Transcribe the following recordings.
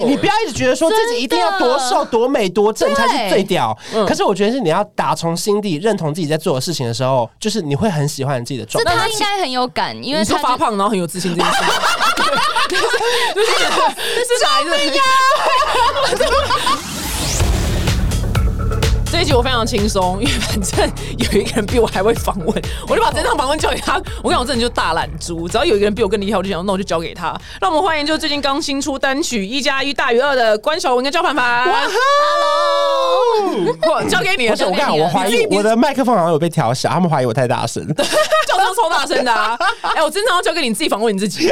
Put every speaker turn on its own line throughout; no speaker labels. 哦
你不要一直觉得说自己一定要多瘦、多美、多正才是最屌。可是我觉得是你要打从心底认同自己在做的事情的时候，就是你会很喜欢你自己的状
这
态。
他应该很有感，因为
你
他就
说发胖然后很有自信这件事， 就是是哪一个？这一集我非常轻松，因为反正有一个人比我还会访问，我就把整场访问交给他。我跟你讲，我真的就大懒猪，只要有一个人比我更厉害，我就想，那我就交给他。让我们欢迎，就是最近刚新出单曲《一加一大于二》的关晓雯跟焦凡凡。
Hello，
我交给你了，
不是
交
我跟你
给你
讲，
了
我怀
你自
疑
己
我的麦克风好像有被调小，他们怀疑我太大声。
叫声超大声的、啊。哎、我真的要交给你自己访问你 自己，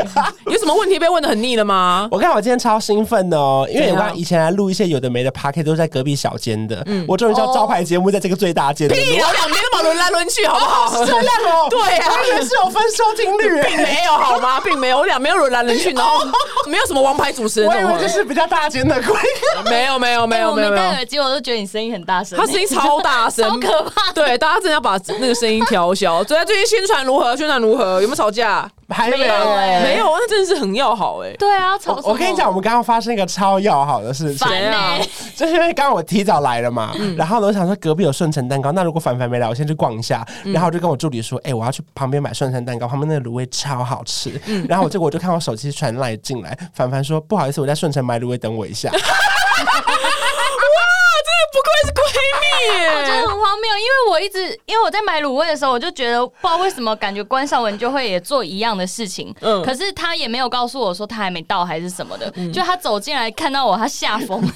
有什么问题被问的很腻了吗？
我看我今天超兴奋的哦，因为我
怎样嗯
刚以前来录一些有的没的 p a c k e t 都是在隔壁小间的，我终于知道招牌节目在这个最大间的。
屁啊，两边都把轮来轮去，好不好？
这样哦，
对啊
我以为是有分收听率
并 没有好吗？并没有，我俩没有轮来轮去，然后没有什么王牌主持人
我
这
以
种
为就
人，
是比较大 间的规格。
没有没有没
但
有
我
没
没
有没
戴
有。
耳机，我都觉得你声音很大声，
他声音超大声，
超可怕
对，大家真的要把那个声音调小。所以最近宣传如何？宣传如何？有没有吵架？
还没
没有哎
没有，欸啊那真的是很要好哎、
对啊，吵
我我跟你讲，我，们刚刚发生一个超要好的事情
烦，欸
谁啊
呢，
就是因为刚刚我提早来了嘛，
嗯
然后呢，我想说隔壁有顺成蛋糕，那如果凡凡没来，我先去逛一下，
嗯
然后我就跟我助理说，哎、我要去旁边买顺成蛋糕，旁边那个卤味超好吃，
嗯
然后我结果我就看我手机传来进来，凡凡说不好意思，我在顺成买卤味，等我一 下，
哇，真的不愧是闺蜜耶、
我觉 得很荒谬，因为我一直因为我在买卤味的时候，我就觉得不知道为什么，感觉关少文就会也做一样的事情，
嗯
可是他也没有告诉我说他还没到还是什么的，就他走进来看到我，他吓疯 了，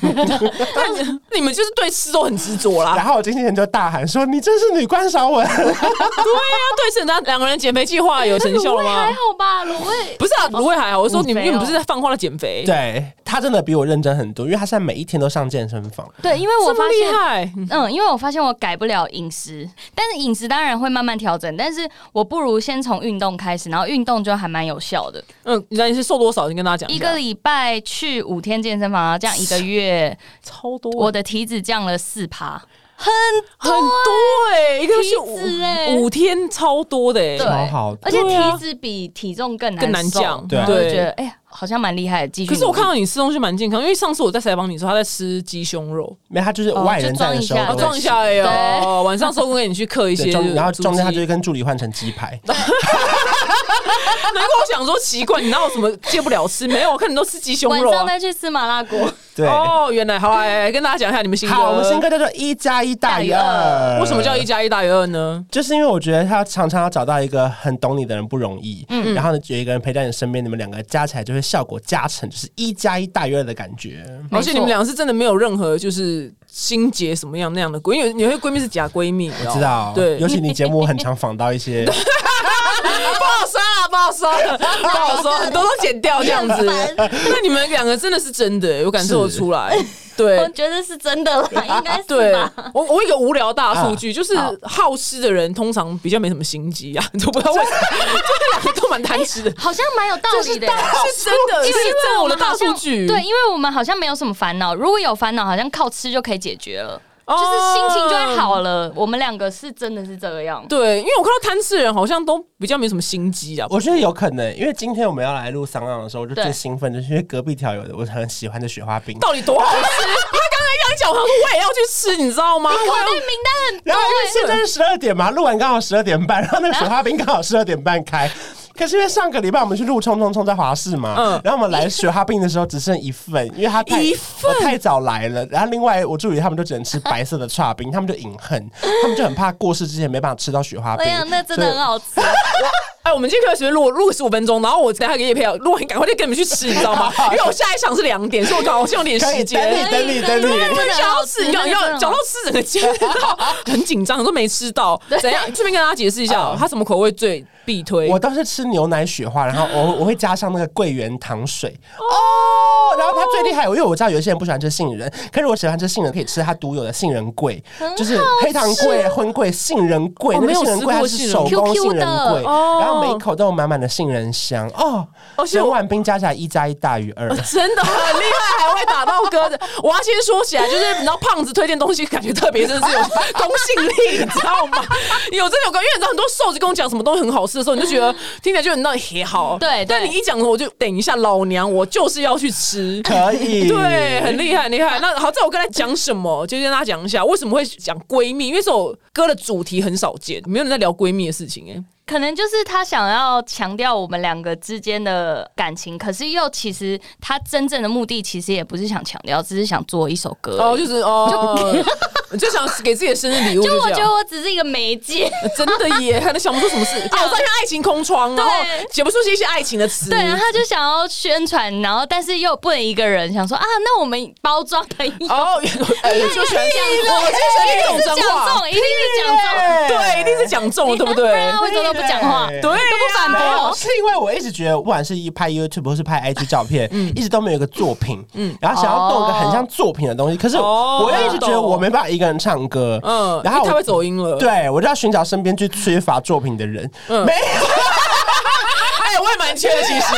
但你们就是对吃都很执着啦。
然后我经纪人就大喊说，你真是女关少 文，
对啊，对是人家两个人减肥计划有成效了
卤味还
吗？
好吧，卤味
不是啊，芦荟还好。我说你们
很肥哦
你们不是在放话了减肥？，
对他真的比我认真很多，因为他现在每一天都上健身房，
哦
对，因为我
这么
发
厉
现
害。
嗯，因为我发现我改不了饮食，但是饮食当然会慢慢调整，但是我不如先从运动开始，然后运动就还蛮有效的。
嗯，你知道你是瘦多少？你跟大家讲
一
下
个礼拜去五天健身房，然后这样一个 月，
超多，
我的体脂降了四趴，
很多哎，一个是
体脂欸
五五天，超多的哎
对，。
超好
而且
对啊
体脂比体重更难
更难
瘦
降
对
然后就
对
觉得哎、好像蛮厉害的，继续努
可
力。
是我看到你吃东西蛮健康，因为上次我在采访你说他在吃鸡胸肉，
没有他就是
哦
外人在的时候都
就
啊，
会吃，
撞一下哎呦，
对
晚上收工给你去刻一些
对，中然后
猪
中间他
鸡
就会跟助理换成鸡 排。
难怪我想说奇怪，你哪有什么戒不了吃？没有，我看你都吃鸡胸
晚
肉
上
啊。
再去吃麻辣锅，
对，
哦，原来好，哎哎哎跟大家讲一下你们新歌。
好，我们新呃歌叫做《一加一大于
大于
二》。
为什么叫一？加一大于二呢？
就是因为我觉得他常常要找到一个很懂你的人不容易，嗯，然后呢，有一个人陪在你身边，你们两个加起来就会效果加成，就是一加一大于二的感觉。
没错
而且你们俩是真的没有任何就是心结什么样那样的闺蜜，因为有有些闺蜜是假闺蜜，你
知道，
对，
尤其你节目很常访到一些，
不好说啦，不好说了，不好说，很多都剪掉这样 子。那你们两个真的是真的、我感受得出 来。
我
对
觉得是真的啦，应该是
对
吧？，
我我有一个无聊大数据，就是
好
好吃的人通常比较没什么心机啊， 你都不知道 为什么，这两个都蛮贪吃的。
好像蛮有道理的、
是真的，是
因为因
真
为
的我的
们好
大
像
数据。
对，因为我们好像没有什么烦恼，如果有烦恼，好像靠吃就可以解决了，
哦
就是心情就会好了。我们两个是真的是这样，
对，因为我看到贪吃的人好像都比较没什么心机啊。
我觉得有可能，因为今天我们要来录桑浪的时候，我就
对
最兴奋，就是因为隔壁条有的我很喜欢的雪花冰，
到底多好吃？他刚 才刚讲，我想说我也要去吃，你知道吗？
我
我
那
要
名单很 多
然后因为
欸
现在是十二点嘛，录完刚好十二点半，然后那个雪花冰刚好十二点半开。可是因为上个礼拜我们去录《冲冲冲》在华视嘛，
嗯
然后我们来雪花冰的时候只剩一份，因为他太
一份
我太早来了。然后另外我助理他们就只能吃白色的串冰，他们就隐恨，他们就很怕过世之前没办法吃到雪花
我
冰。
想哎那真
所
的
以
很好吃，
哎，我们今天可以随便录录十五分钟，然后我等下给叶佩，录完赶快就跟你们去吃，你知道 吗？因为我下一场是两点，所以我刚好有点
可以
时
等
间。
你等你等
真的
你。
哎真的
想
很好
要
吃
吃，要要
找
找到吃整个街，然后很紧张，都没 吃到。怎样？顺便跟大家解释一
啊
下哦，它什么口味最必推？
我都是吃牛奶雪花，然后我我会加上那个桂圆糖水哦。然后它最厉害，因为我知道有些人不喜欢吃杏仁，可是我喜欢吃杏仁，可以吃它独有的杏仁桂，就是黑糖桂、荤桂、杏仁桂。
哦
那
没
个
有
杏仁
吃
桂它
过
是
杏仁
手工
QQ
杏仁
的
桂，
哦
然后每一口都有满满的杏仁香哦
哦。是
整
我哦
碗冰加起来一加一大于二。
真的很厉害，还会打到哥的。我要先说起来，就是你知道胖子推荐东西，感觉特别真的是有公信力，你知 道吗？有真的有个，因为你知道很多瘦子跟我讲什么东西很好吃的时候，你就觉得听起来就很那也好，
对对
但你一讲，我就等一下，老娘我就是要去吃。
可以，
对，很厉害，很厉害。那好，这我跟他讲什么？就跟大家讲一下，为什么会讲闺蜜？因为这首歌的主题很少见，没有人在聊闺蜜的事情、欸。哎，
可能就是他想要强调我们两个之间的感情，可是又其实他真正的目的其实也不是想强调，只是想做一首歌而已。
哦，就是 哦，就就想给自己的生日礼物
就
这
我觉得
样。
我只是一个媒介，
真的耶，还能想不出什么 事，找上一些爱情空窗，然后写不出一些爱情的词。
对，啊然后他就想要宣传，然后但是又不能一个人，想说啊，那我们包装的一
哦，哎我就喜欢这样，我就喜欢听这种
讲
脏话
中，，一定是讲中，啊
对，一定是讲中了，对不
不
对
然？他为什么都不讲话？
对
对，啊不
反
没
驳
有，是因为我一直觉得，不管是一拍 YouTube 或是拍 IG 照片，一直都没有一个作品，嗯，然后想要弄一个很像作品的东西，可是
哦
我又一直觉得我没办法一个人唱歌，
嗯
嗯，，然后
因为他
我
会走音了。
对啊我就要寻找身边最缺乏作品的人， 没有，
哎，我也蛮缺的，其 实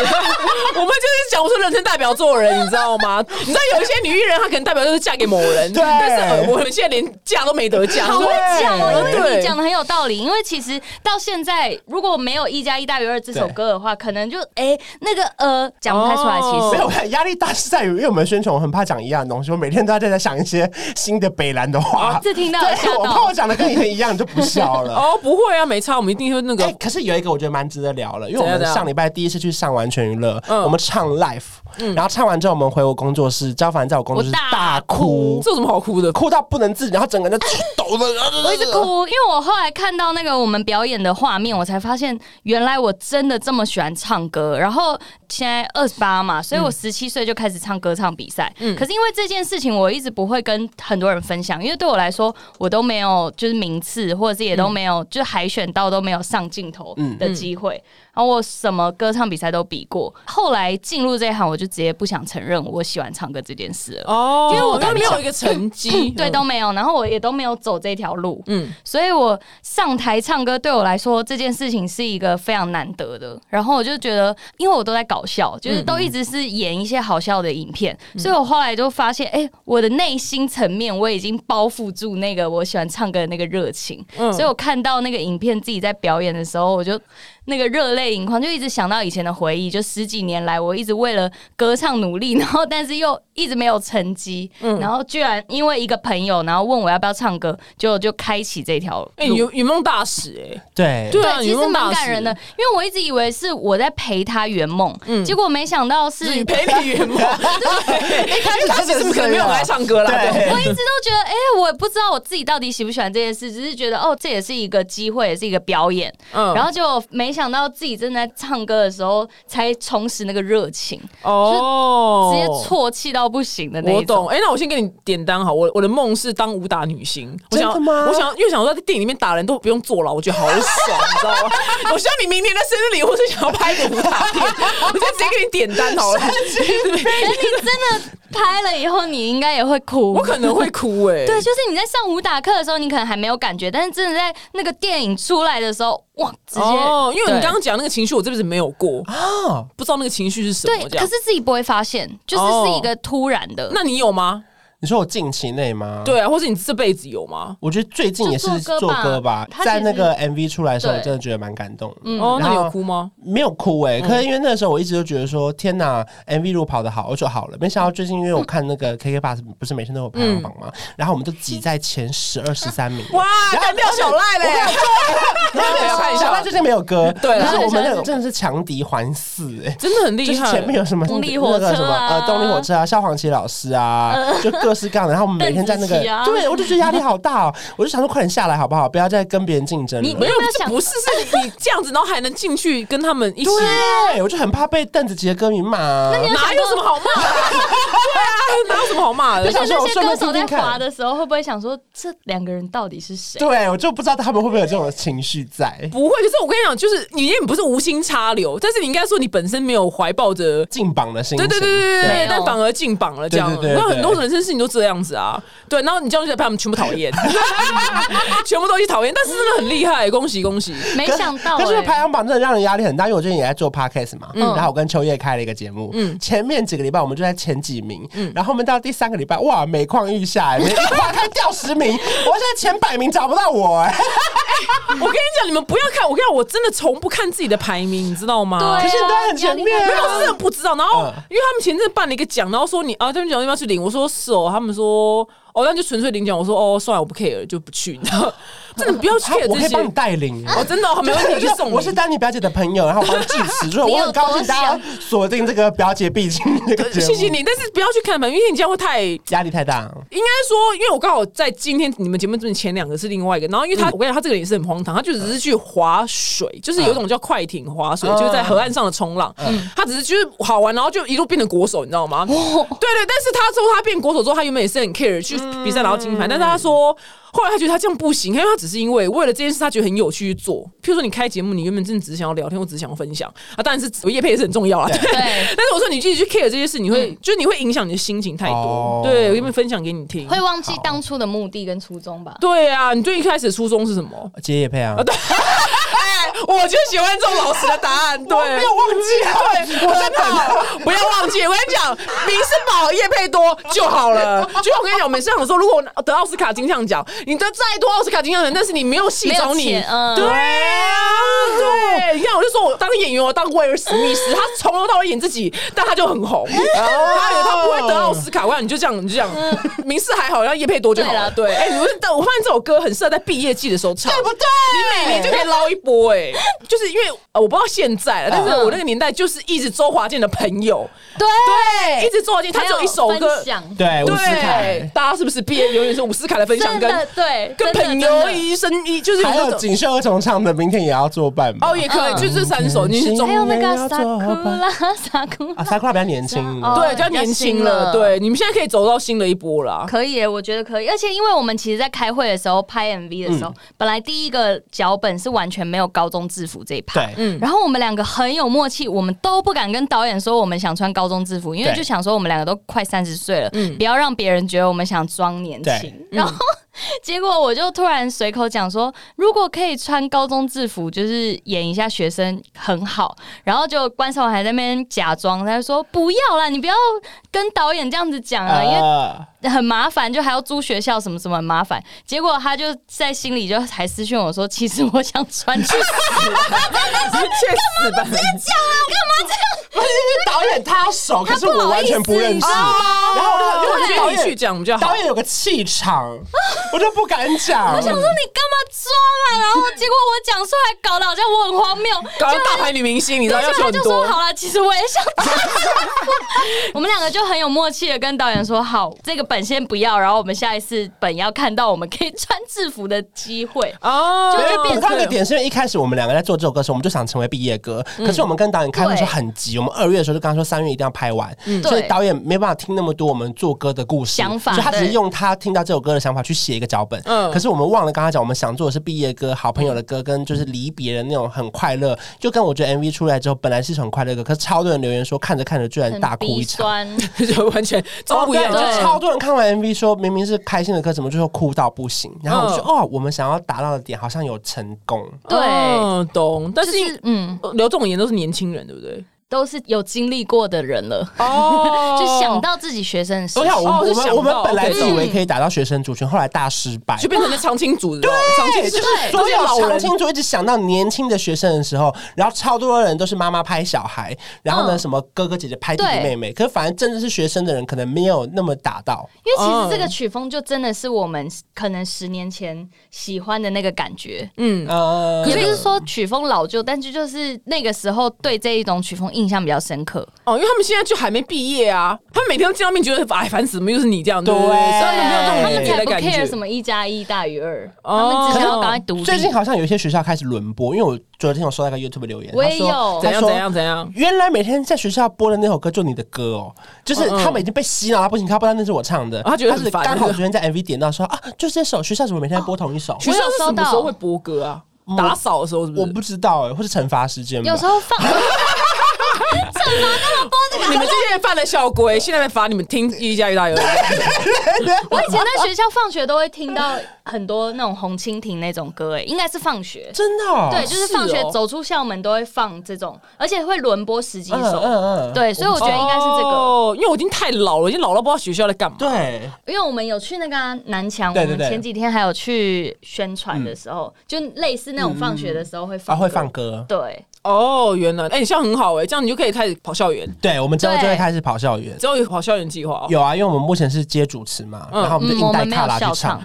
我们就是讲不出人生代表作的人，你知道吗？你知道有一些女艺人，她可能代表就是嫁给某人，
对
但是、呃、我们现在连嫁都没得嫁，
好会讲哦，
对
因为你讲的很有道理。因为其实到现在，如果没有“一加一大于二”这首歌的话，可能就哎、那个呃讲不太出来。其
哦
没
实
有，我看压力大是在于，因为我们宣传，我很怕讲一样的东西，我每天都在在想一些新的北兰的话，
这听到有吓
对，我怕
到
我，讲的跟你一样，你就不笑了。
哦，不会啊，没差，我们一定会那个。
哎、可是有一个我觉得蛮值得聊了，因为我
怎
们
样怎样
上礼拜第一次去上完全娱乐，
嗯
我们唱 l i f e 然后唱完之后我们回我工作室，张凡在我工作室
我大
大
哭
哭，
这有什么好哭的？
哭到不能自己，然后整个人就抖呃的，然后
我一直哭，因为我后来看到那个我们表演的画面，我才发现原来我真的这么喜欢唱歌。然后现在二十八嘛，所以我十七岁就开始唱歌唱比赛。可是因为这件事情，我一直不会跟很多人分享，因为对我来说，我都没有就是名次，或者是也都没有、就是海选到都没有上镜头的机会。然后我什么歌唱比赛都比过，后来进入这一行，我就直接不想承认我喜欢唱歌这件事了。
哦，
因为我
都
都
没有一个成绩，
对，
嗯
都没有，然后我也都没有走这条路，
嗯
嗯，所以我上台唱歌对我来说这件事情是一个非常难得的。然后我就觉得，因为我都在搞笑，
嗯
就是都一直是演一些好笑的影片，所以我后来就发现，哎、我的内心层面我已经包覆住那个我喜欢唱歌的那个热情，
嗯
所以我看到那个影片自己在表演的时候，我就那个热泪盈眶，就一直想到以前的回忆，就十几年来我一直为了歌唱努力，然后但是又一直没有成绩，
嗯
然后居然因为一个朋友，然后问我要不要唱歌，结果就开启这条路。
哎，有有梦大使哎，
对
对啊，
对，其
有
实
梦大
蛮
使
感人的，，因为我一直以为是我在陪他圆梦，结果没想到是
你嗯陪 你圆梦， 一
哎
开始他其实可能没有很爱唱歌啦，
对
对
我一直都觉得，哎、我不知道我自己到底喜不喜欢这件事，只是觉得哦，这也是一个机会，也是一个表演。
嗯
然后就没想到自己正在唱歌的时候，才重拾那个热情，
哦
直接啜泣到不行的那
我
一种。
懂，哎、那我先给你点单好。我我的梦是当武打女星，我想要，
真的吗
我想要，因为想说在电影里面打人都不用坐牢，我觉得好爽，你知道吗？ 我希望你明年的生日礼物是想要拍一个武打片，我就直接给你点单好了。
但你真的拍了以后，你应该也会哭。
我可 能会哭哎、
对，就是你在上武打课的时候，你可能还没有感觉，但是真的在那个电影出来的时候，哇，直接
哦，因为你
对
刚刚讲那个情绪，我这辈子没有过，
哦，
不知道那个情绪是什
对
么。，这
可
样，
是自己不会发现，就是
哦
是一个突然的。
那你有吗？
你说我近期内吗？。
对啊，或者你这辈子有吗？
我觉得最近也是
就做
做
歌吧
歌吧
他，其实
在那个 MV 出来的时候，
对
我真的觉得蛮感动的。
嗯
哦，那你
然
有
后
哭吗？
没有哭哎、可是因为那时候我一直都觉得说，天哪，MV 如果跑得好，我就好了。没想到最近因为我看那个 KK Bus 不是每天都有排行榜嘛，然后我们就挤在前十二十三名。
哇，
然后
干掉小赖嘞！
对
要看一下
小赖最近没有歌，
对
可是我们
小赖
那
最
种
近
真的是强敌环伺哎、
真的很
就
厉
是
害。
前面有什么
动力火车啊
那个什么呃，动力火车啊，萧煌奇老师啊， 就各式各样的。然后我们每天在那
邓紫
个
棋，啊
对我就觉得压力好大哦。我就想说，快点下来好不好？不要再跟别人竞争了。
你
没有
有没有，
这
想
不是是你这样子，然后还能进去跟他们一起，
对，我就很怕被邓紫棋的歌迷骂啊。
哪啊有什么好骂 的？对啊，哪有什么好骂的
就？是
想说
那
我
些
顺
歌
便
手
听
在
听看
滑的时候，会不会想说这两个人到底是谁？
对，我就不知道他们会不会有这种情绪在。
不会，可是我跟你讲，就是你也不是无心插柳，但是你应该说你本身没有怀抱着。
进榜的心
对
情，
对对对对
没
对
有，
但反而进榜了，这样。
对对对对
那很多人生事情都这样子啊，对。然后你这样就被他们全部讨厌， 全部都去讨厌，但是真的很厉害，恭喜恭喜！
没
可是
想到、欸，
可是排行榜真的让人压力很大，因为我最近也在做 podcast 嘛，然后我跟秋叶开了一个节目，
嗯
前面几个礼拜我们就在前几名，然后我们到第三个礼拜，哇，每况愈下、欸，每一花开掉十名，我 现在前百名找不到我、欸，
我跟你讲，你们不要看，我跟你讲，我真的从不看自己的排名，你知道吗？
对啊
可是你都很前面、
没有，我是真的
啊。
不知道。然后，
嗯
因为他们前阵办了一个奖，然后说你啊，他们讲要不要去领，我说是哦，他们说哦，那就纯粹领奖。我说哦，算了，我不 care，就不去。你知道，真的不要去
好
care
我可
这
以帮你
些。
带领、欸
哦，真的、哦，没问题，我就送你。
我是丹妮表姐的朋友，然后我帮你致 辞，所以
你
我
有
很高兴
多
大
想
家锁定这个表姐必经这个节目。
谢谢，你，但是不要去看吧，因为你这样会太
压力太大。
应该说，因为我刚好在今天你们节目之前两个是另外一个，然后因为他、我跟你讲，他这个也是很荒唐，他就只是去划水，就是有一种叫快艇划水，
嗯
就是在河岸上的冲浪，他只是就是好玩，然后就一路变成国手，你知道吗？对对，但是他说他变国手之后，他原本也是很 care 去比赛拿到金牌，但是他说。后来他觉得他这样不行，因为他只是因为为了这件事，他觉得很有趣去做。譬如说，你开节目，你原本真的只是想要聊天，我只是想要分享啊，当然是叶配也是很重要啦。对，
对
但是我说你自己去 care 这些事，你会、就是你会影响你的心情太多。
哦
对，我有没有分享给你听？
会忘记当初的目的跟初衷吧。
对啊，你最一开始的初衷是什么？
接叶配啊，
我就喜欢这种老实的答案。对，
没有忘记啊，
对，我在等，不要忘记。我跟你讲，名是宝，叶配多就好了。就像我跟你讲，我每次想说，如果我得奥斯卡金像奖，你得再多奥斯卡金像奖，但是你没有戏找
没有
你
钱，嗯
对啊。对，你看，我就说我当演员，我当威尔史密斯，他从头到尾演自己，但他就很红，他也他不会得奥斯卡，我想你就这样，你就这样，名次还好，然后叶配多就好了。
嗯对
对，哎，你们，但我发现这首歌很适合在毕业季的时候唱，
啊对不对？
你每年就可以捞一波哎、就是因为呃我不知道现在了，但是
嗯
我那个年代就是一直周华健的朋友，
对
一直周华健，他只有一首
哎还有
歌
分，享
对，哎伍思凯
对，，大家是不是毕业永远是伍思凯的分享
真
跟
的对，
跟
真
朋
的
友
真的
一生一就是
还
那
有
种
锦绣二重唱的，明天也要作伴吧
哦也可以，
嗯
就这三首，你是中
还有那个
中
萨
年要做
库
伙
拉 萨库
啊，
拉，
萨库拉比较年轻，
哦
对，比较年轻了，
比较新了
对，你们现在可以走到新的一波啊啦。
可以耶，我觉得可以。而且因为我们其实，在开会的时候拍 MV 的时候，
嗯
本来第一个脚本是完全没有高中制服这一趴。
对，
嗯
然后我们两个很有默契，我们都不敢跟导演说我们想穿高中制服，因为
对嗯
就想说我们两个都快三十岁了，不要让别人觉得我们想装年轻
对。
然后、结果我就突然随口讲说，如果可以穿高中制服，就是演一下学生很好。然后就关少文还在那边假装，他就说不要啦，你不要跟导演这样子讲啊，因为
呃，
很麻烦，就还要租学校什么什么很麻烦。结果他就在心里就还私讯我说，其实我想 穿去死，
确实吧，
导演他熟，可是
不好
我完全不认
意
识
思。
哦
然后
哦
我就想，因
觉得
为
你
导
去
演
讲比较好
导。演有个气场，我就不敢讲。
我
嗯
说你干嘛装啊？然后结果我讲出来，搞得好像我很荒谬。
搞到大牌女明星，你知道要
就
求
他
很
就
多
说。好了，其实我也想穿制服。我们两个就很有默契的跟导演说，好，这个本先不要，然后我们下一次本要看到我们可以穿制服的机 会。
哦
就会
我
变
刚刚的点是因为一开始我们两个在做这首歌的时候，我们就想成为毕业歌，可是我们跟导演开会的时候很急，我们二月的时候就跟他说三月一定要拍完，所以
嗯对
导演没办法听那么多我们做歌的故事
想法
所以他只是
对
用他听到这首歌的想法去写一个脚本。
嗯
可是我们忘了跟他讲，我们想做的是毕业歌、好朋友的歌，跟就是离别的那种很快乐。就跟我觉得 MV 出来之后，本来是一首很快乐的歌，可是超多人留言说看着看着居然
很
大哭
鼻
一场。
酸，
就完全都
哦，
不一样，
对就
就
是是
超
超多人看完 MV 说，明明是开心的歌，怎么就说哭到不行？然
嗯
后我就说，哦，我们想要达到的点好像有成功。
对
嗯懂。但
就是是嗯，
呃刘仲言都是年轻人，对不对？
都是有经历过的人了。
哦
就想到自己学生的时
我
候，
想，我们、
哦是
我们
想到
我们本来
OK，
自以为可以打到学生族群，后来大失败。
就变成了常青组，对，常青
对，就
就是是
所有
老
常
人。
青族一直想到年轻的学生的时候，然后超多人都是妈妈拍小孩，然后呢，
嗯
什么哥哥姐姐拍弟弟
对
妹妹，可是反而真的是学生的人可能没有那么打到。
因为其实这个曲风就真的是我们可能十年前喜欢的那个感觉，
嗯，
呃，
也不是说曲风老旧，但是就是那个时候对这一种曲风印象比较深刻。
哦，因为他们现在就还没毕业啊，他们每天都见到面，觉得哎烦死了，又是你这样，对不对，
对
所以他们没有那种
他
连
们
接
才
的
不
感
care
觉。
什么一加一大于二，
哦
他们只想要赶快独立。
最近好像有一些学校开始轮播，因为我昨天有收到一个 YouTube 留言，
我也
他说
有
他
怎样
说
怎样怎样？
原来每天在学校播的那首歌就你的歌哦，就是
嗯嗯
他们已经被洗脑了，不行，他不知道那是我唱的，
啊他觉得很
是
烦
刚好昨天在 MV 点到说啊，就是这首，学校怎么每天在播同一首？
学校是什
收
么
到哦
时候会播歌啊？打扫的时候是不
我
是？
不知道哎、或是惩罚时间吧
有时。候放，这这个
你们这些人犯了校规，现在被罚你们听一加一 大有。
哎
我以前在学校放学都会听到很多那种红蜻蜓那种歌，哎，应该是放学。
真的、哦，
对，就是放
是
学
哦
走出校门都会放这种，而且会轮播十几
嗯
首。
嗯嗯，
对，所以我觉得应该是这个，
哦，因为我已经太老了，已经老到不知道学校在干嘛。
对，
因为我们有去那个啊南墙，我
对对
们
对嗯
前几天还有去宣传的时候，就类似那种放学的时候会
啊
放，
会放
歌。
歌，
对，
哦，原来，哎、你这样很好哎、这样你就可以开始跑校园，
对，我们之后就会
对
开始跑校园。
之后有跑校园计划哦。
有啊，因为我们目前是接主持嘛，然后我们就
嗯，
硬
我
带
们没
卡
有
拉去
校
唱
唱，。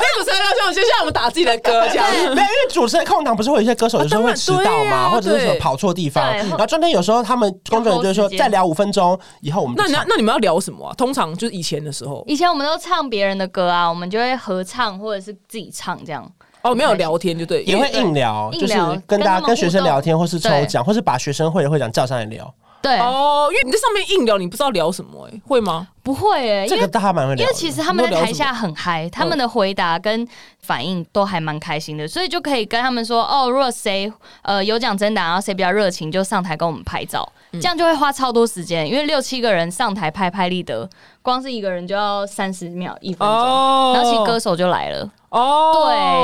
那主持人要这样，就像我们打自己的歌 这样。
没有，因为主持人空档不是会有一些歌
哦
手有时候会迟到嘛，
啊当然对啊
或者是什么
对
跑错地方，
对
然后中间有时候他们工作人员就会
有
说
时间
再聊五分钟，以后我们就
那你
唱
要那你们要聊什么啊？通常就是以前的时候
以前我们都唱别人的歌啊，我们就会合唱或者是自己唱这样。
哦，没有聊天就对，
也会硬聊，
硬
就是
聊
跟
跟
大
他
家
们
跟学生
互动
聊天，或是抽
对
奖，或是把学生会的会长叫上来聊，
对，
哦，因为你在上面硬聊，你不知道聊什么哎、会吗？
不会诶、
这
因
个
为
大家蛮会聊的。
因为其实他们在
你们聊
台下很
嗯
嗨，他们的回答跟反应都还蛮开心的，所以就可以跟他们说哦，如果谁呃有奖征答，然后谁比较热情，就上台跟我们拍照，
嗯
这样就会花超多时间，因为六七个人上台拍拍立得，光是一个人就要三十秒一分钟，
哦，
然后其实歌手就来了，
哦，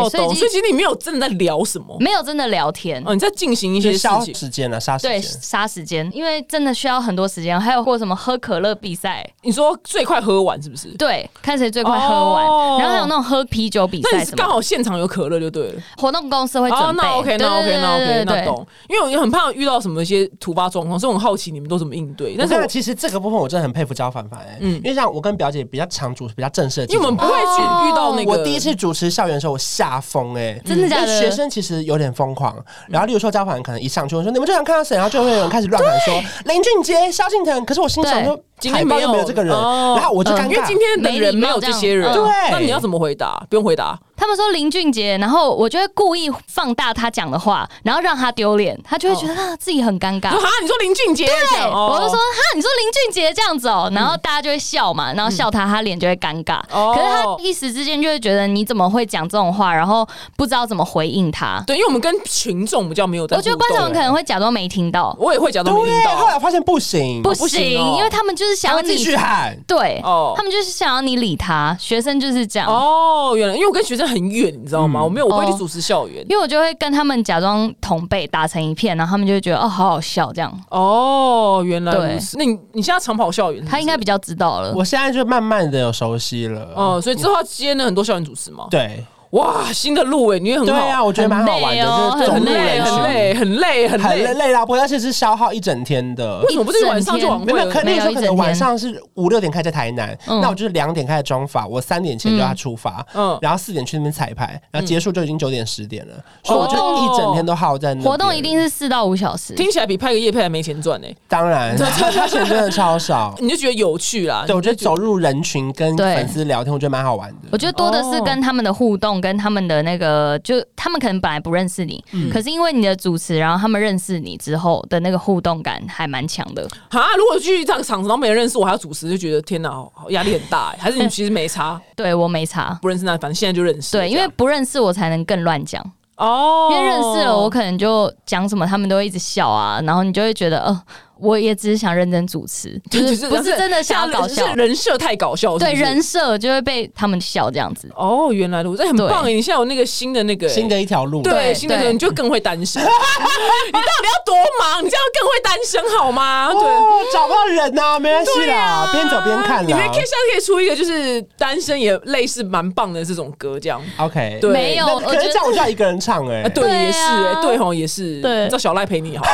对所以
懂
其实
所以其实你没有真的在聊什么，
没有真的聊天，
哦，你在进行一
就
些
是
事
消
情。
时间了，啊杀时
对，
间。
杀时间，因为真的需要很多时间，还有过什么喝可乐比赛，
你说最快喝完是不是？
对，看谁最快喝完，
哦
然后还有那种喝啤酒比
那
赛
你是
什
刚
么，
好现场有可乐就对了。
活动公司会准备。
哦，那 OK，那 OK，
对
那 OK，
对对对
那
对
懂。因为我很怕遇到什么一些突发状况，所以我很好奇你们都怎么应对。但
但
是
是
我
其实这个部分我真的很佩服焦凡凡、欸，
嗯
因为像我跟表姐比较常主持比较正式的记
因
者
为
会，
我们不会去
哦
遇到那个，
我第一次主持校园的时候，我吓疯哎，
真的假的
因为学生其实有点疯狂，然后例如说交换可能一上去，我说你们就想看到谁，然后就会有人开始乱喊说林俊杰、萧敬腾，可是我心想说
今
海
天
报
没
又
有
没有这个人，
哦
然后我就尴
因为今
尬。
天的人没有这些人，
没礼
貌这样嗯
那你要怎么回答？不用回答，
他们说林俊杰，然后我就会故意放大他讲的话，然后让他丢脸，他就会觉得、啊自己很尴尬
就。哈，你说林俊杰，这
对，
样
我就说
哦嗯
哈，你说林俊杰这样子哦、然后大家就会笑嘛，然后笑他，他脸就会尴尬。
哦
可是他一时之间就会觉得你怎么会讲这种话，然后不知道怎么回应他。
对，因为我们跟群众比较没有在
我
互
觉
动，欸
得观众可能会假装没听到，
我也会假装没听
对，后
到，
来发现不行，
不
不行
行，
哦
因为他们就是想
他
要
们
你
继续喊。
对，
哦
他们就是想要你理他。学生就是这样，
哦，原来因为我跟学生很远，你知道吗？我没有，我不会去
哦
主持校园。
因为我就会跟他们假装同辈打成一片，然后他们就会觉得哦，好好笑这样。
哦，原来如
对
此。那你你现在长跑校园是不是，
他应该比较知道了。
我现在就慢慢的有熟悉了，
哦，所以之后他接了很多校园主持嘛。
对
哇，新的路哎，你也很
对
好，
啊，我觉得蛮好玩的，
很
就是
累哦
走
很
路
累，啊
人
很
群，
累，很累，很
啊很
累
累。累啦，不过而且是消耗一整天的。
为什么不是晚上就晚
没
会
有没
了
有，可那
没有
时候可
一
能
整
晚
天
上是五六点开始在台南，
嗯
那我就是两点开始装法，我三点前就要出发，
嗯
然后四点去那边彩排，然后结束就已经九点十点了，所以我
活动
就一整天都耗在那边
活动一定是四到五小时，
听起来比拍个夜配还没钱赚呢、
当然， 花钱真的超 少。
你就觉得有趣啦。
对，我觉得走入人群跟
对
粉丝聊天，我觉得蛮好玩的。
我觉得多的是跟他们的互动，跟他们的那个，就他们可能本来不认识你，可是因为你的主持，然后他们认识你之后的那个互动感还蛮强的。
啊，如果去一场场子，然后没人认识我，还要主持，就觉得天哪，好好压力很大、欸。还是你其实 没差，
对我没差，
不认识那反正现在就认识。
对，因为
这样
不认识我才能更乱讲，
哦，
因为认识了我可能就讲什么他们都会一直笑啊，然后你就会觉得呃，我也只是想认真主持， 就是不是真的想要搞笑
是，人设太搞笑哦是不
对
是
人设就会被他们笑这样子。
哦，原来如此，哎很
对
棒哎、你现在有那个新的那个、
新。的一条路，哦
对，
对
新的那个
对
你就更会单 身。你到底要多忙？你这样更会单身好吗？对，
哦，找不到人呐，没关系
对
啦，
啊，
边走边看
你
啦
们。可以下次可以出一个，就是单身也类似蛮棒的这种歌，这样。
OK，
对
没有，
那可
我觉
是
得
这样我就要一个人唱哎
啊，，对，
对
也是、
啊
欸，对吼，也是，
对
叫小赖陪 你好了。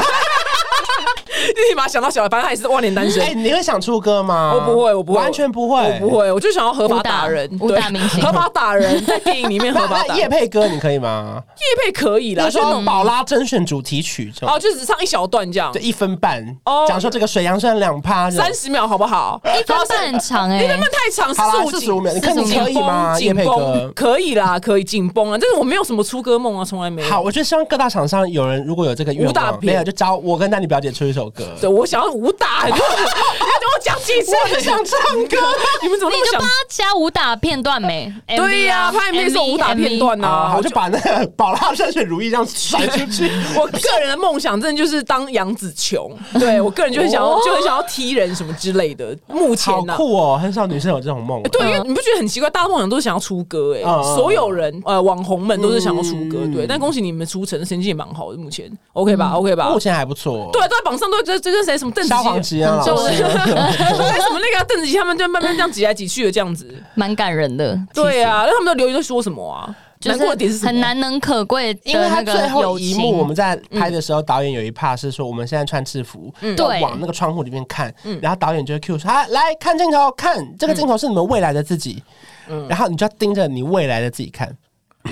立马想到小赖，反正他也是万年单身。
哎，你会想出歌吗？
我不会，我不会，
完全不会，
我不。会，我就想要合法打人，
武打
对
武打明星
合法打人，在电影里面合
那
法
那
打。
叶
叶
佩歌你可以吗？
配可以啦，
那时
就那
候
种
宝拉甄选主题曲这种
哦，，就只唱一小段这样
就，一分半
哦，
讲说这个水杨算两趴这种，
三十秒好不好？
一分半很长哎、
一分半太长，
好啦，
四
四
十
十五
五
秒，你看你
45
可以吗？叶
紧
佩
绷
哥。
可以啦，可以紧绷啊，但是我没有什么出歌梦啊，从来没有。
好，我觉得希望各大厂商有人如果有这个愿
武打
望，
片
没有就找我跟丹妮表姐出一首歌。
对我想要武打， 你要跟我讲几次？我 想唱歌，你们怎么
你
那么
就
想
帮他加武打片段没？
对呀、
呀，
拍影片是有
MV
武打片。段呐、
啊，
我
我
就
就把那个宝拉山水如意这样甩出 去。
我个人的梦想真的就是当杨紫琼，对我个人就很想要，就很想要踢人什么之类的。目前
哦好
呢、
酷哦，很少女生有这种梦。
哎对，因为你不觉得很奇怪，大部分人都是想要出歌哎、
嗯
所有人呃网红们都是想要出歌，
嗯
对。但恭喜你们出成，成绩也蛮好的，目前 OK 吧？OK 吧？
嗯目前还不错。
对，都在榜上，都在这跟谁什么邓紫
消防
棋。啊
吉安 老
对，
师，
哎什么那个邓紫棋他们就慢慢这样挤来挤去的这样子，
蛮感人的，
对啊，那他们的留言都说什么啊？
其实
难过的点
就是是
什么
很难能可贵的
因为他
那个
最后
友
一
情嗯
幕。我们在拍的时候，导演有一 part 是说我们现在穿制服，要
对嗯
往那个窗户里面看，然后导演就会 cue 说：“啊，来看镜头，看这个镜头是你们未来的自己。”
嗯
然后你就要盯着你未来的自己看。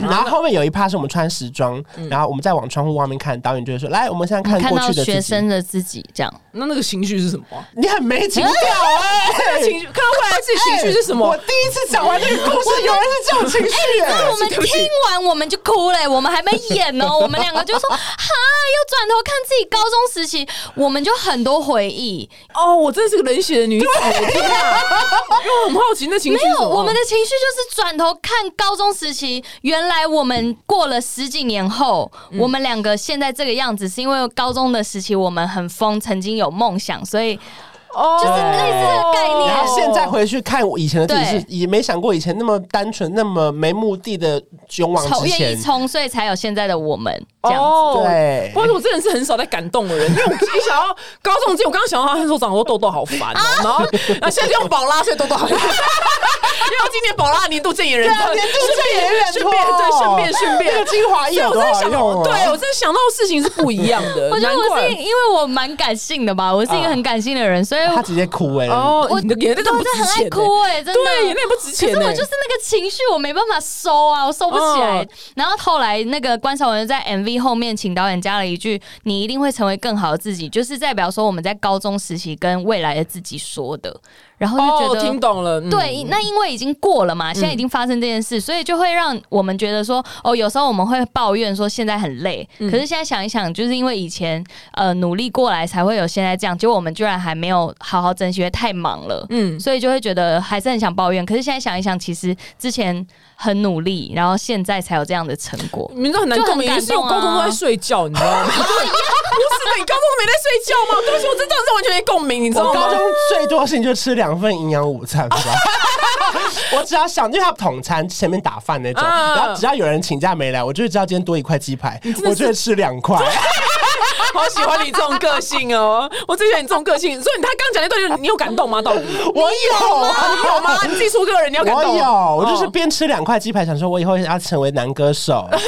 然后后面有一 part 是我们穿时装，然后我们再往窗户外面看，导演就会说：“来，我们现在
嗯我们看
过
到
去的
学
自己。
生的自己这样，
那那个情绪 是什么啊？”
你很没情调
嗯
哎、
情绪，看到未来自己情绪是什么
我？第一次讲完这个故事，有人是这种情绪、哎
我们
对不起
听完我们就哭了、欸我们还没演呢、 我们两个就说哈，又转头看自己高中时期，我们就很多回忆。
哦，我真的是个冷血的女子，我天哪！因为我很好奇那情绪
没
是什
有，
么
我们的情绪就是转头看高中时期，原来我们过了十几年后，
嗯
我们两个现在这个样子，是因为高中的时期我们很疯，曾经有梦想，所以
哦
就是类似的概念
然后现在回去看我以前的自己，
对
是也没想过以前那么单纯、那么没目的的勇往
冲
直
愿
前
意。冲，所以才有现在的我们这样子。
哦
对
不然我真的是很少在感动的人，因为我自己想要高中之前，我刚刚想到他那时候长得痘痘好烦
啊
哦，然后然后现在就用宝拉，所以痘痘好 看。因为我今年宝拉年度证言人，
对啊年度证言人
顺便
托
对，顺便顺
那
便
个精华液
所以
有多
哎我真的
好
想
用
到，
哦
对我真的想到的事情是不一样 的，
我觉得
难
我
怪啊
是因为我蛮感性的吧，我是一个很感性的人，所以
他
我
直接哭哎、
哦，你的眼泪真
嗯
的
我
不
就
值
很爱
钱欸，
哭哎、真的。
对，眼泪不值钱欸。
可是我就是那个情绪，我没办法收啊，我收不起来。
嗯
然后后来那个关少文就在 MV 后面，请导演加了一句：“你一定会成为更好的自己”，就是代表说我们在高中时期跟未来的自己说的。然后就觉
哦，
得、
听懂了，嗯嗯
对，那因为已经过了嘛，现在已经发生这件事，所以就会让我们觉得说，哦，有时候我们会抱怨说现在很累，
嗯
可是现在想一想，就是因为以前呃努力过来才会有现在这样，结果我们居然还没有好好珍惜，因为太忙了，嗯，所以就会觉得还是很想抱怨。可是现在想一想，其实之前很努力，然后现在才有这样的成果。
你们都很难
就很
共鸣，
感
是因为我
动啊
高中都在睡觉，你知 道吗？不是的，你高中没在睡觉吗？对不起，我真的是完全没共鸣，你知道
我
吗
高？中最多事情就吃两份营养午餐吧。 我只要想，因为他统餐前面打饭那种，
嗯
然后只要有人请假没来，我就会知道今天多一块鸡排，我就会吃两块。
好喜欢你这种个性哦， 我最喜欢你这种个性。所以你他刚讲那段，你有感动吗？ 到底
我有啊，
你有吗？你自己出个人，你要感
我
动？
有，我就是
哦
边吃两块鸡排，想说我以后要成为男歌 手。
哦对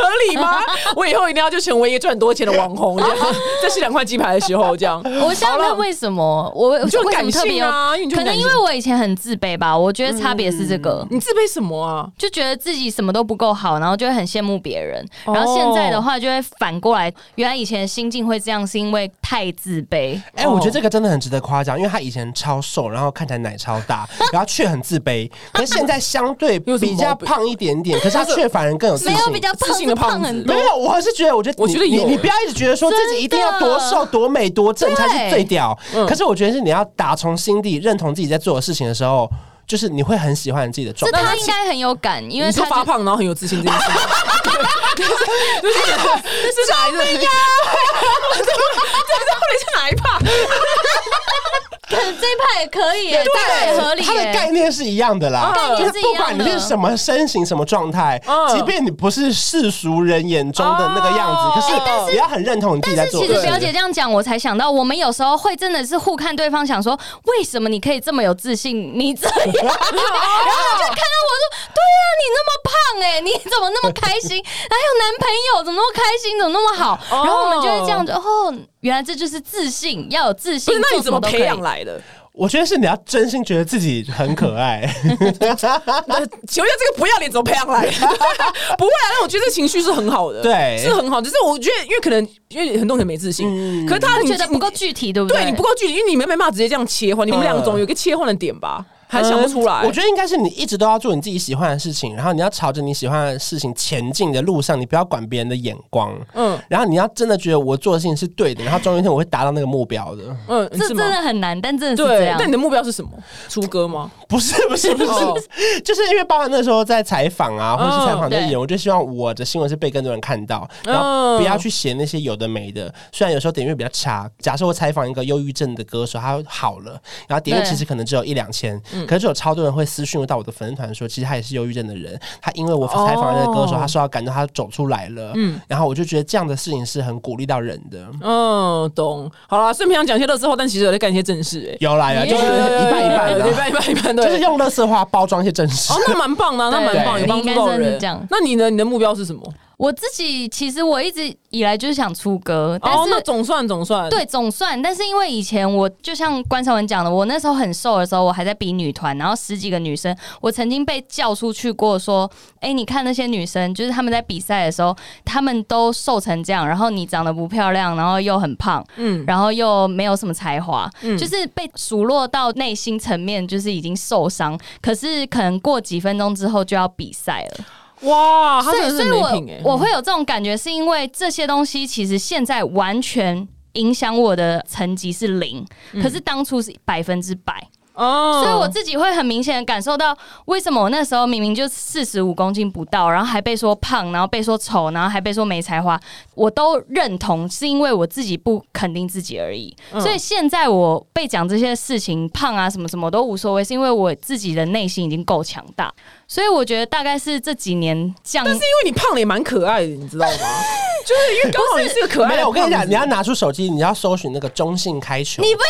合理 吗？我以后一定要就成为一个赚很多钱的网红，这 样在吃两块鸡排的时候，这样。
我想
好
问
了
为什么我我
你就很
为什么特别有
感性嗯啊因为你就
可
很
能因为
感性
我以前很自卑吧，我觉得差别是这个。
你自卑什么啊？
就觉得自己什么都不够好，然后就会很羡慕别人。然后现在的话，就会反过来，原来以前的心境会这样，是因为太自卑。
哎、我觉得这个真的很值得夸奖，因为他以前超瘦，然后看起来奶超 大，然后却很自卑，可是现在相对
有什么
比较
毛病
胖一点 点，可是他却反而更有自
没
信。
有比较
自
胖，
信
是
的胖
胖
子
很多。
没有，我是觉得，我觉得你，
我觉得有
你，你不要一直觉得说自己一定要多瘦、多美、多正才是最屌。
嗯
可是我觉得是你要打从心底认同自己在做的事情的时候，就是你会很喜欢你自己的状
这
态。
他应该很有感，因为
你
他
说
就
发胖然后很有自信这件 事吗？就是就是这是哪一个？对这这到底是哪一趴？
可能这一派也可以耶，大概
对，
也合理
它的概
耶。
念是一样的啦。
概
就
念
是
是一
不
样
管
的
你是什么身形、什么状态，
嗯
即便你不是世俗人眼中的那个样
哦
子，
哎但
可是你要很认同你自己在
但是
做
其
的
实
事
表姐
情。
这样讲，我才想到，我们有时候会真的是互看对方，想说为什么你可以这么有自信，你这样， 然后就看到我说，对呀、你那么胖哎、你怎么那么开心？ 还有男朋友怎么那么开心，怎么那么好？
哦
然后我们就会这样子，哦，原来这就是自信，要有自
不
信
是，，那
做
你怎
什
么
都可
培
以
养。来的？
我觉得是你要真心觉得自己很可爱。
那请问一下，这个不要脸怎么培养来的？ 不会啊，但我觉得这情绪是很好的，
对
是很好。只是我觉得，因为可能因为很多人没自
嗯
信，可是他
觉得不够。
你
具体，对不
对你不够具体，因为你们没办法直接这样切换，你们两种有一个切换的点吧？还想不出来。
嗯我觉得应该是你一直都要做你自己喜欢的事情，然后你要朝着你喜欢的事情前进的路上，你不要管别人的眼光。
嗯
然后你要真的觉得我做的事情是对的，然后终有一天我会达到那个目标的。
嗯，
这
是
真
吗
的很难，但真的是这
对
样。。
但你的目标是什么？出歌吗？
不是不是不是，
哦
就是因为包含那时候在采访啊，或者是采访这些
对
人，我就希望我的新闻是被更多人看到，
嗯
然后不要去写那些有的没的。虽然有时候点阅比较差，假设我采访一个忧郁症的歌手，他好了，然后点阅
对
其实可能只有一两千，
嗯
可是有超多人会私讯到我的粉丝团说，其实他也是忧郁症的人，他因为我采访的那个歌手，
哦
他受到感动，他走出来了。嗯，然后我就觉得这样的事情是很鼓励到人的。
嗯，懂。好啦，所以平常讲一些乐色话，但其实有在干一些正事、哎，
有啦有啦，就是一半一半
对一
的，
半一半一半，对。
就是用乐色话包装一些真实
哦。，那蛮棒的啊，那蛮棒，
对
有帮助
应该
到
真的
人
这样。
那你呢？你的目标是什么？
我自己其实我一直以来就是想出歌，但
哦，
是
那总算总算，
对，总算。但是因为以前我就像关少文讲的，我那时候很瘦的时候，我还在比女团，然后十几个女生，我曾经被叫出去过，说：“哎、你看那些女生，就是她们在比赛的时候，她们都瘦成这样，然后你长得不漂亮，然后又很胖，
嗯
嗯，然后又没有什么才华，
嗯
就是被数落到内心层面，就是已经受伤。可是可能过几分钟之后就要比赛了。”
哇，啊他
所以，
真
所
的是
以
没
我
品哎、
我会有这种感觉，是因为这些东西其实现在完全影响我的成绩是零，可是当初是百分之百，
嗯哦，
所以我自己会很明显的感受到，为什么我那时候明明就四十五公斤不到，然后还被说胖，然后被说丑，然后还被说没才华，我都认同，是因为我自己不肯定自己而已。
嗯
所以现在我被讲这些事情，胖啊什么什么都无所谓，是因为我自己的内心已经够强大。所以我觉得大概是这几年降，
但是因为你胖了也蛮可爱的，你知道 吗？就是因为刚好你是个可爱的胖子。
没有，我跟你讲，你要拿出手机，你要搜寻那个中性开球。
你不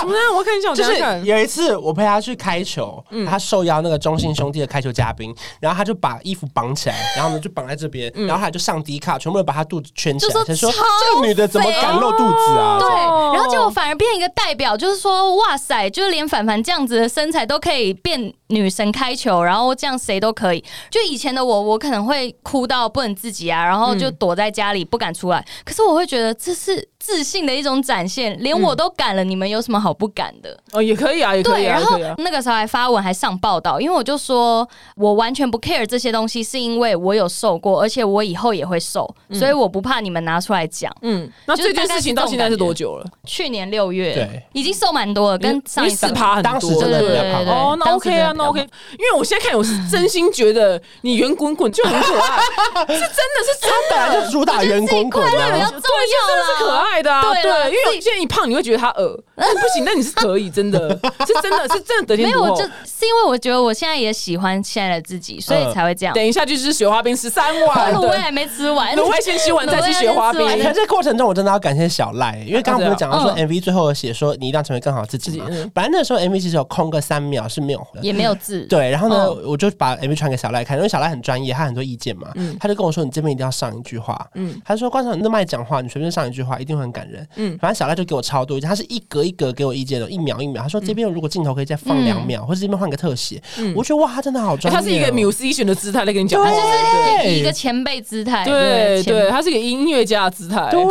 怎么样？我看一下，我
就
等一
是
下看。
有一次我陪他去开球，他受邀那个中信兄弟的开球嘉宾，然后他就把衣服绑起来，然后呢就绑在这边，然后他就上低卡，全部人把他肚子圈起
就
来，
说
他说
超
这个女的怎么敢露肚子啊？
对，
哦
然后结果反而变一个代表，就是说，哇塞，就是连凡凡这样子的身材都可以变女神开球，然后这样谁都可以。就以前的我，我可能会哭到不能自己啊，然后就
嗯
躲在家里不敢出来。可是我会觉得这是自信的一种展现，连我都敢了，你们有什么好不敢的？
哦，也可以啊，也嗯可
对，
以啊，
然
也
后
可以啊。
那个时候还发文还上报道，因为我就说我完全不 care 这些东西，是因为我有瘦过，而且我以后也会瘦，所以我不怕你们拿出来讲。
嗯，那
就是
这件事情到现在是多久了？
去年六月，
对，
已经瘦蛮多了，跟上一
你
次
四趴很多，
当时真的
对
比
对
较
对
胖
对。
哦，那
当时
OK
真
啊，
的比
那
较
OK，因为我现在看，我是真心觉得你圆滚滚就很可爱，啊是真的是真
本 来啊就主打圆滚滚
快乐比较
啊。
重
对，真的是
要
可
啦。
爱的啊，
对啦
因为有些人一胖你会觉得他恶，但不行，那你是可以，真的是真的是真的得天
没有，
独
我
厚
就。是因为我觉得我现在也喜欢现在的自己，所以才会这样。
等一下就是雪花冰十三碗，
我卤味
对
还没吃完，
卤味先吃完再吃雪花冰
卤味还没
哎，
吃
可
完
是这过程中我真的要感谢小赖，因为刚刚不是讲到说
嗯
MV 最后写说你一定要成为更好的自己嘛
自己嗯。
本来那时候 MV 其实有空个三秒是没有的，
也没有字。
对，然后呢，
嗯
我就把 MV 传给小赖看，因为小赖很专业，他很多意见嘛，
嗯
他就跟我说你这边一定要上一句话，嗯，他说观赏那么爱讲话，你随便上一句话一定会很感人，嗯，反正小赖就给我超多意见，他是一格一格给我意见的，一秒一秒，他
嗯
说这边如果镜头可以再放两秒，或者这边换个特写，我觉得哇，他真的好
哎
专业、
嗯
哦
他是一个 musician 的姿态在跟你讲话，
对
以一个前辈姿态，
对
前
对，他是一个音乐家的姿态，
对，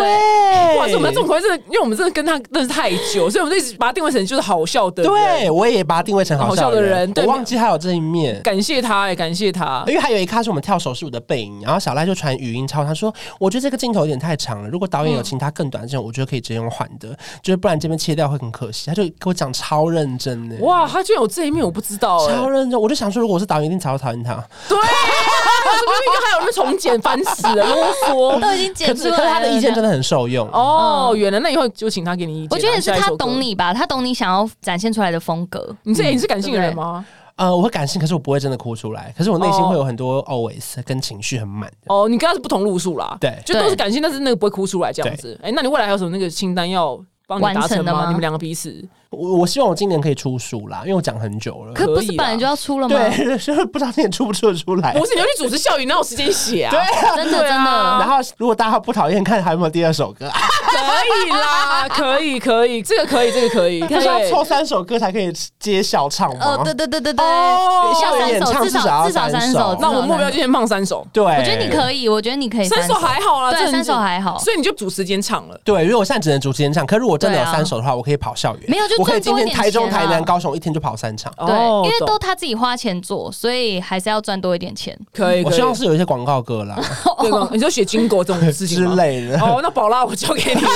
哇，所以我们这种口味真的，因为我们真的跟他认识太久，所以我们就一直把他定位成就是好笑的。，
对，我也把他定位成好
好笑的
的
人对
我忘记他有这一面，
感谢他，哎，感谢他。
因为还有一咖是我们跳手势舞的背影，然后小赖就传语音超，他说：“我觉得这个镜头有点太长了，如果导演有请他更短的镜头，我觉得可以直接用换的，就是不然这边切掉会很可惜。”他就给我讲超认真的，
哇，他居然有这一面，我不知道哎。
哦
超认真，我就想说，如果我是导演，一定超讨厌他。
对，我怎么明明还有人重剪，烦死了，啰嗦。
都已经
可
剪出
是
来
可
了。
是他的意见真的很受用哦。
哦，原来那以后就请他给你意见啊。
我觉得也是
下一
他
首歌
懂。你吧，他懂你想要展现出来的风格。
你这也是感性的人吗？
呃，我会感性，可是我不会真的哭出来，可是我内心会有很多哦
哦
always 跟情绪很满的。
哦，你跟他是不同路数啦。
对
就都是感性，但是那个不会哭出来这样子。哎，那你未来还有什么那个清单要帮你达
完
成
成的
吗？
吗
你们两个彼此
我我希望我今年可以出书啦，因为我讲很久了。
可不是
可以啦啊
本来就要出了吗？
对， 所以不知道今年出不出得出来。
不是你要去主持校园，哪有时间写啊？对，
真的
对
真
啊
的。
然 后，如果大家不讨厌，看还有没有第二首歌。
可以啦，可以可以，这个可以，这个可以。
他
可
是要
以。
抽三首歌才可以接校唱吗？
哦，对对对对对，
哦
要
校园演
三首，
唱
至
至少要
少至少
三
三
首
首。
那
至少
我目标
三
就先放三首，
对，
我觉得你可以，我觉得你可以
三首还好啊啦，
对
这很
三首还好
所以你就主时间唱了。
对，因为我现在只能主持演唱，可如果真的有
对啊
三首的话，我可以跑校园。
没有就
我可以
赚
今
多一
天
点
台中、
钱啊
台南、高雄一天就跑三场。
对，
哦
因为
懂
都他自己花钱做，所以还是要赚多一点钱。
可以，
我
可以
希望是有一些广告 歌啦
对吗？你就写经过这种事情
之
吗
类的。
哦，那宝拉我交 给你了，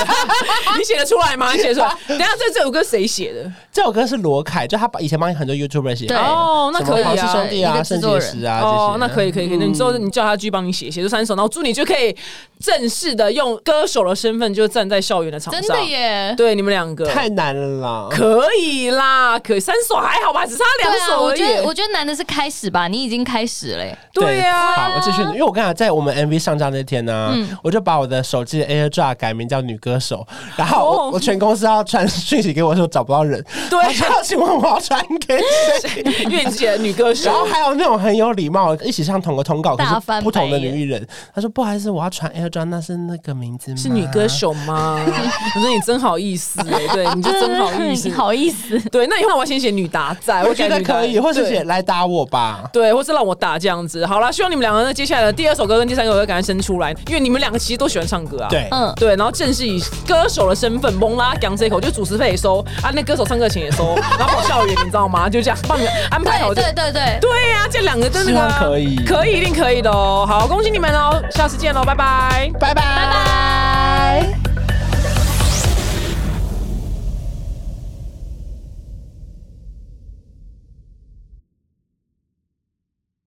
你写得出来吗？你写得出来？等一下这这首歌谁 写的？
这首歌是罗凯，就他把以前帮很多 YouTuber 写
对
的，
哦，那
什么
可以
黄氏
啊
兄。弟啊、
一个
圣
制作
洁
人
石啊这
哦
些，
那可以可以可以，那你之后你叫他继续帮你写，写出三首，然后祝你就可以正式的用歌手的身份就站在校园的场上。
真的耶！
对你们两个
太难了啦。
可以啦，可以三首还好吧，只差
对
两
啊，
首
我
而已
觉。得我觉得难的是开始吧，你已经开始欸嘞、
对呀、
啊
啊嗯
好，我继续，因为我刚才在我们 MV 上架那天呢、我就把我的手机的 AirDrop 改名叫女歌手，然后我,、
哦
我全公司要传讯息给我说找不到人，
对
我说请问我要传给 谁？
因为你写的女歌 手
然，后还有那种很有礼貌，一起上同个通告，可
大
是
翻
不同的
白眼
女艺人，她说不好意思，我要传 AirDrop，那是那个名字吗？
是女歌。手吗？我说你真好意思哎、对，你就真好 意思
你。好意思。
对，那以后我要先写女打仔，
我觉
改
得
女打
可以，或是
对
写来打我吧。
对，或是让我打这样子。好啦，希望你们两个呢，接下来的第二首歌跟第三首歌赶快生出来，因为你们两个其实都喜欢唱歌啊。。
对，
嗯，
对，然后正式以歌手的身份蒙拉讲这一口，就主持费也收啊，那歌手啊唱歌钱也收，然后跑校园，你知道吗？就这样帮你们安排好
对
这。
对对对。
对呀、这两个真的
希望可以
可以一定可以的哦。好，恭喜你们哦，下次见喽，拜拜。
拜拜。
拜拜。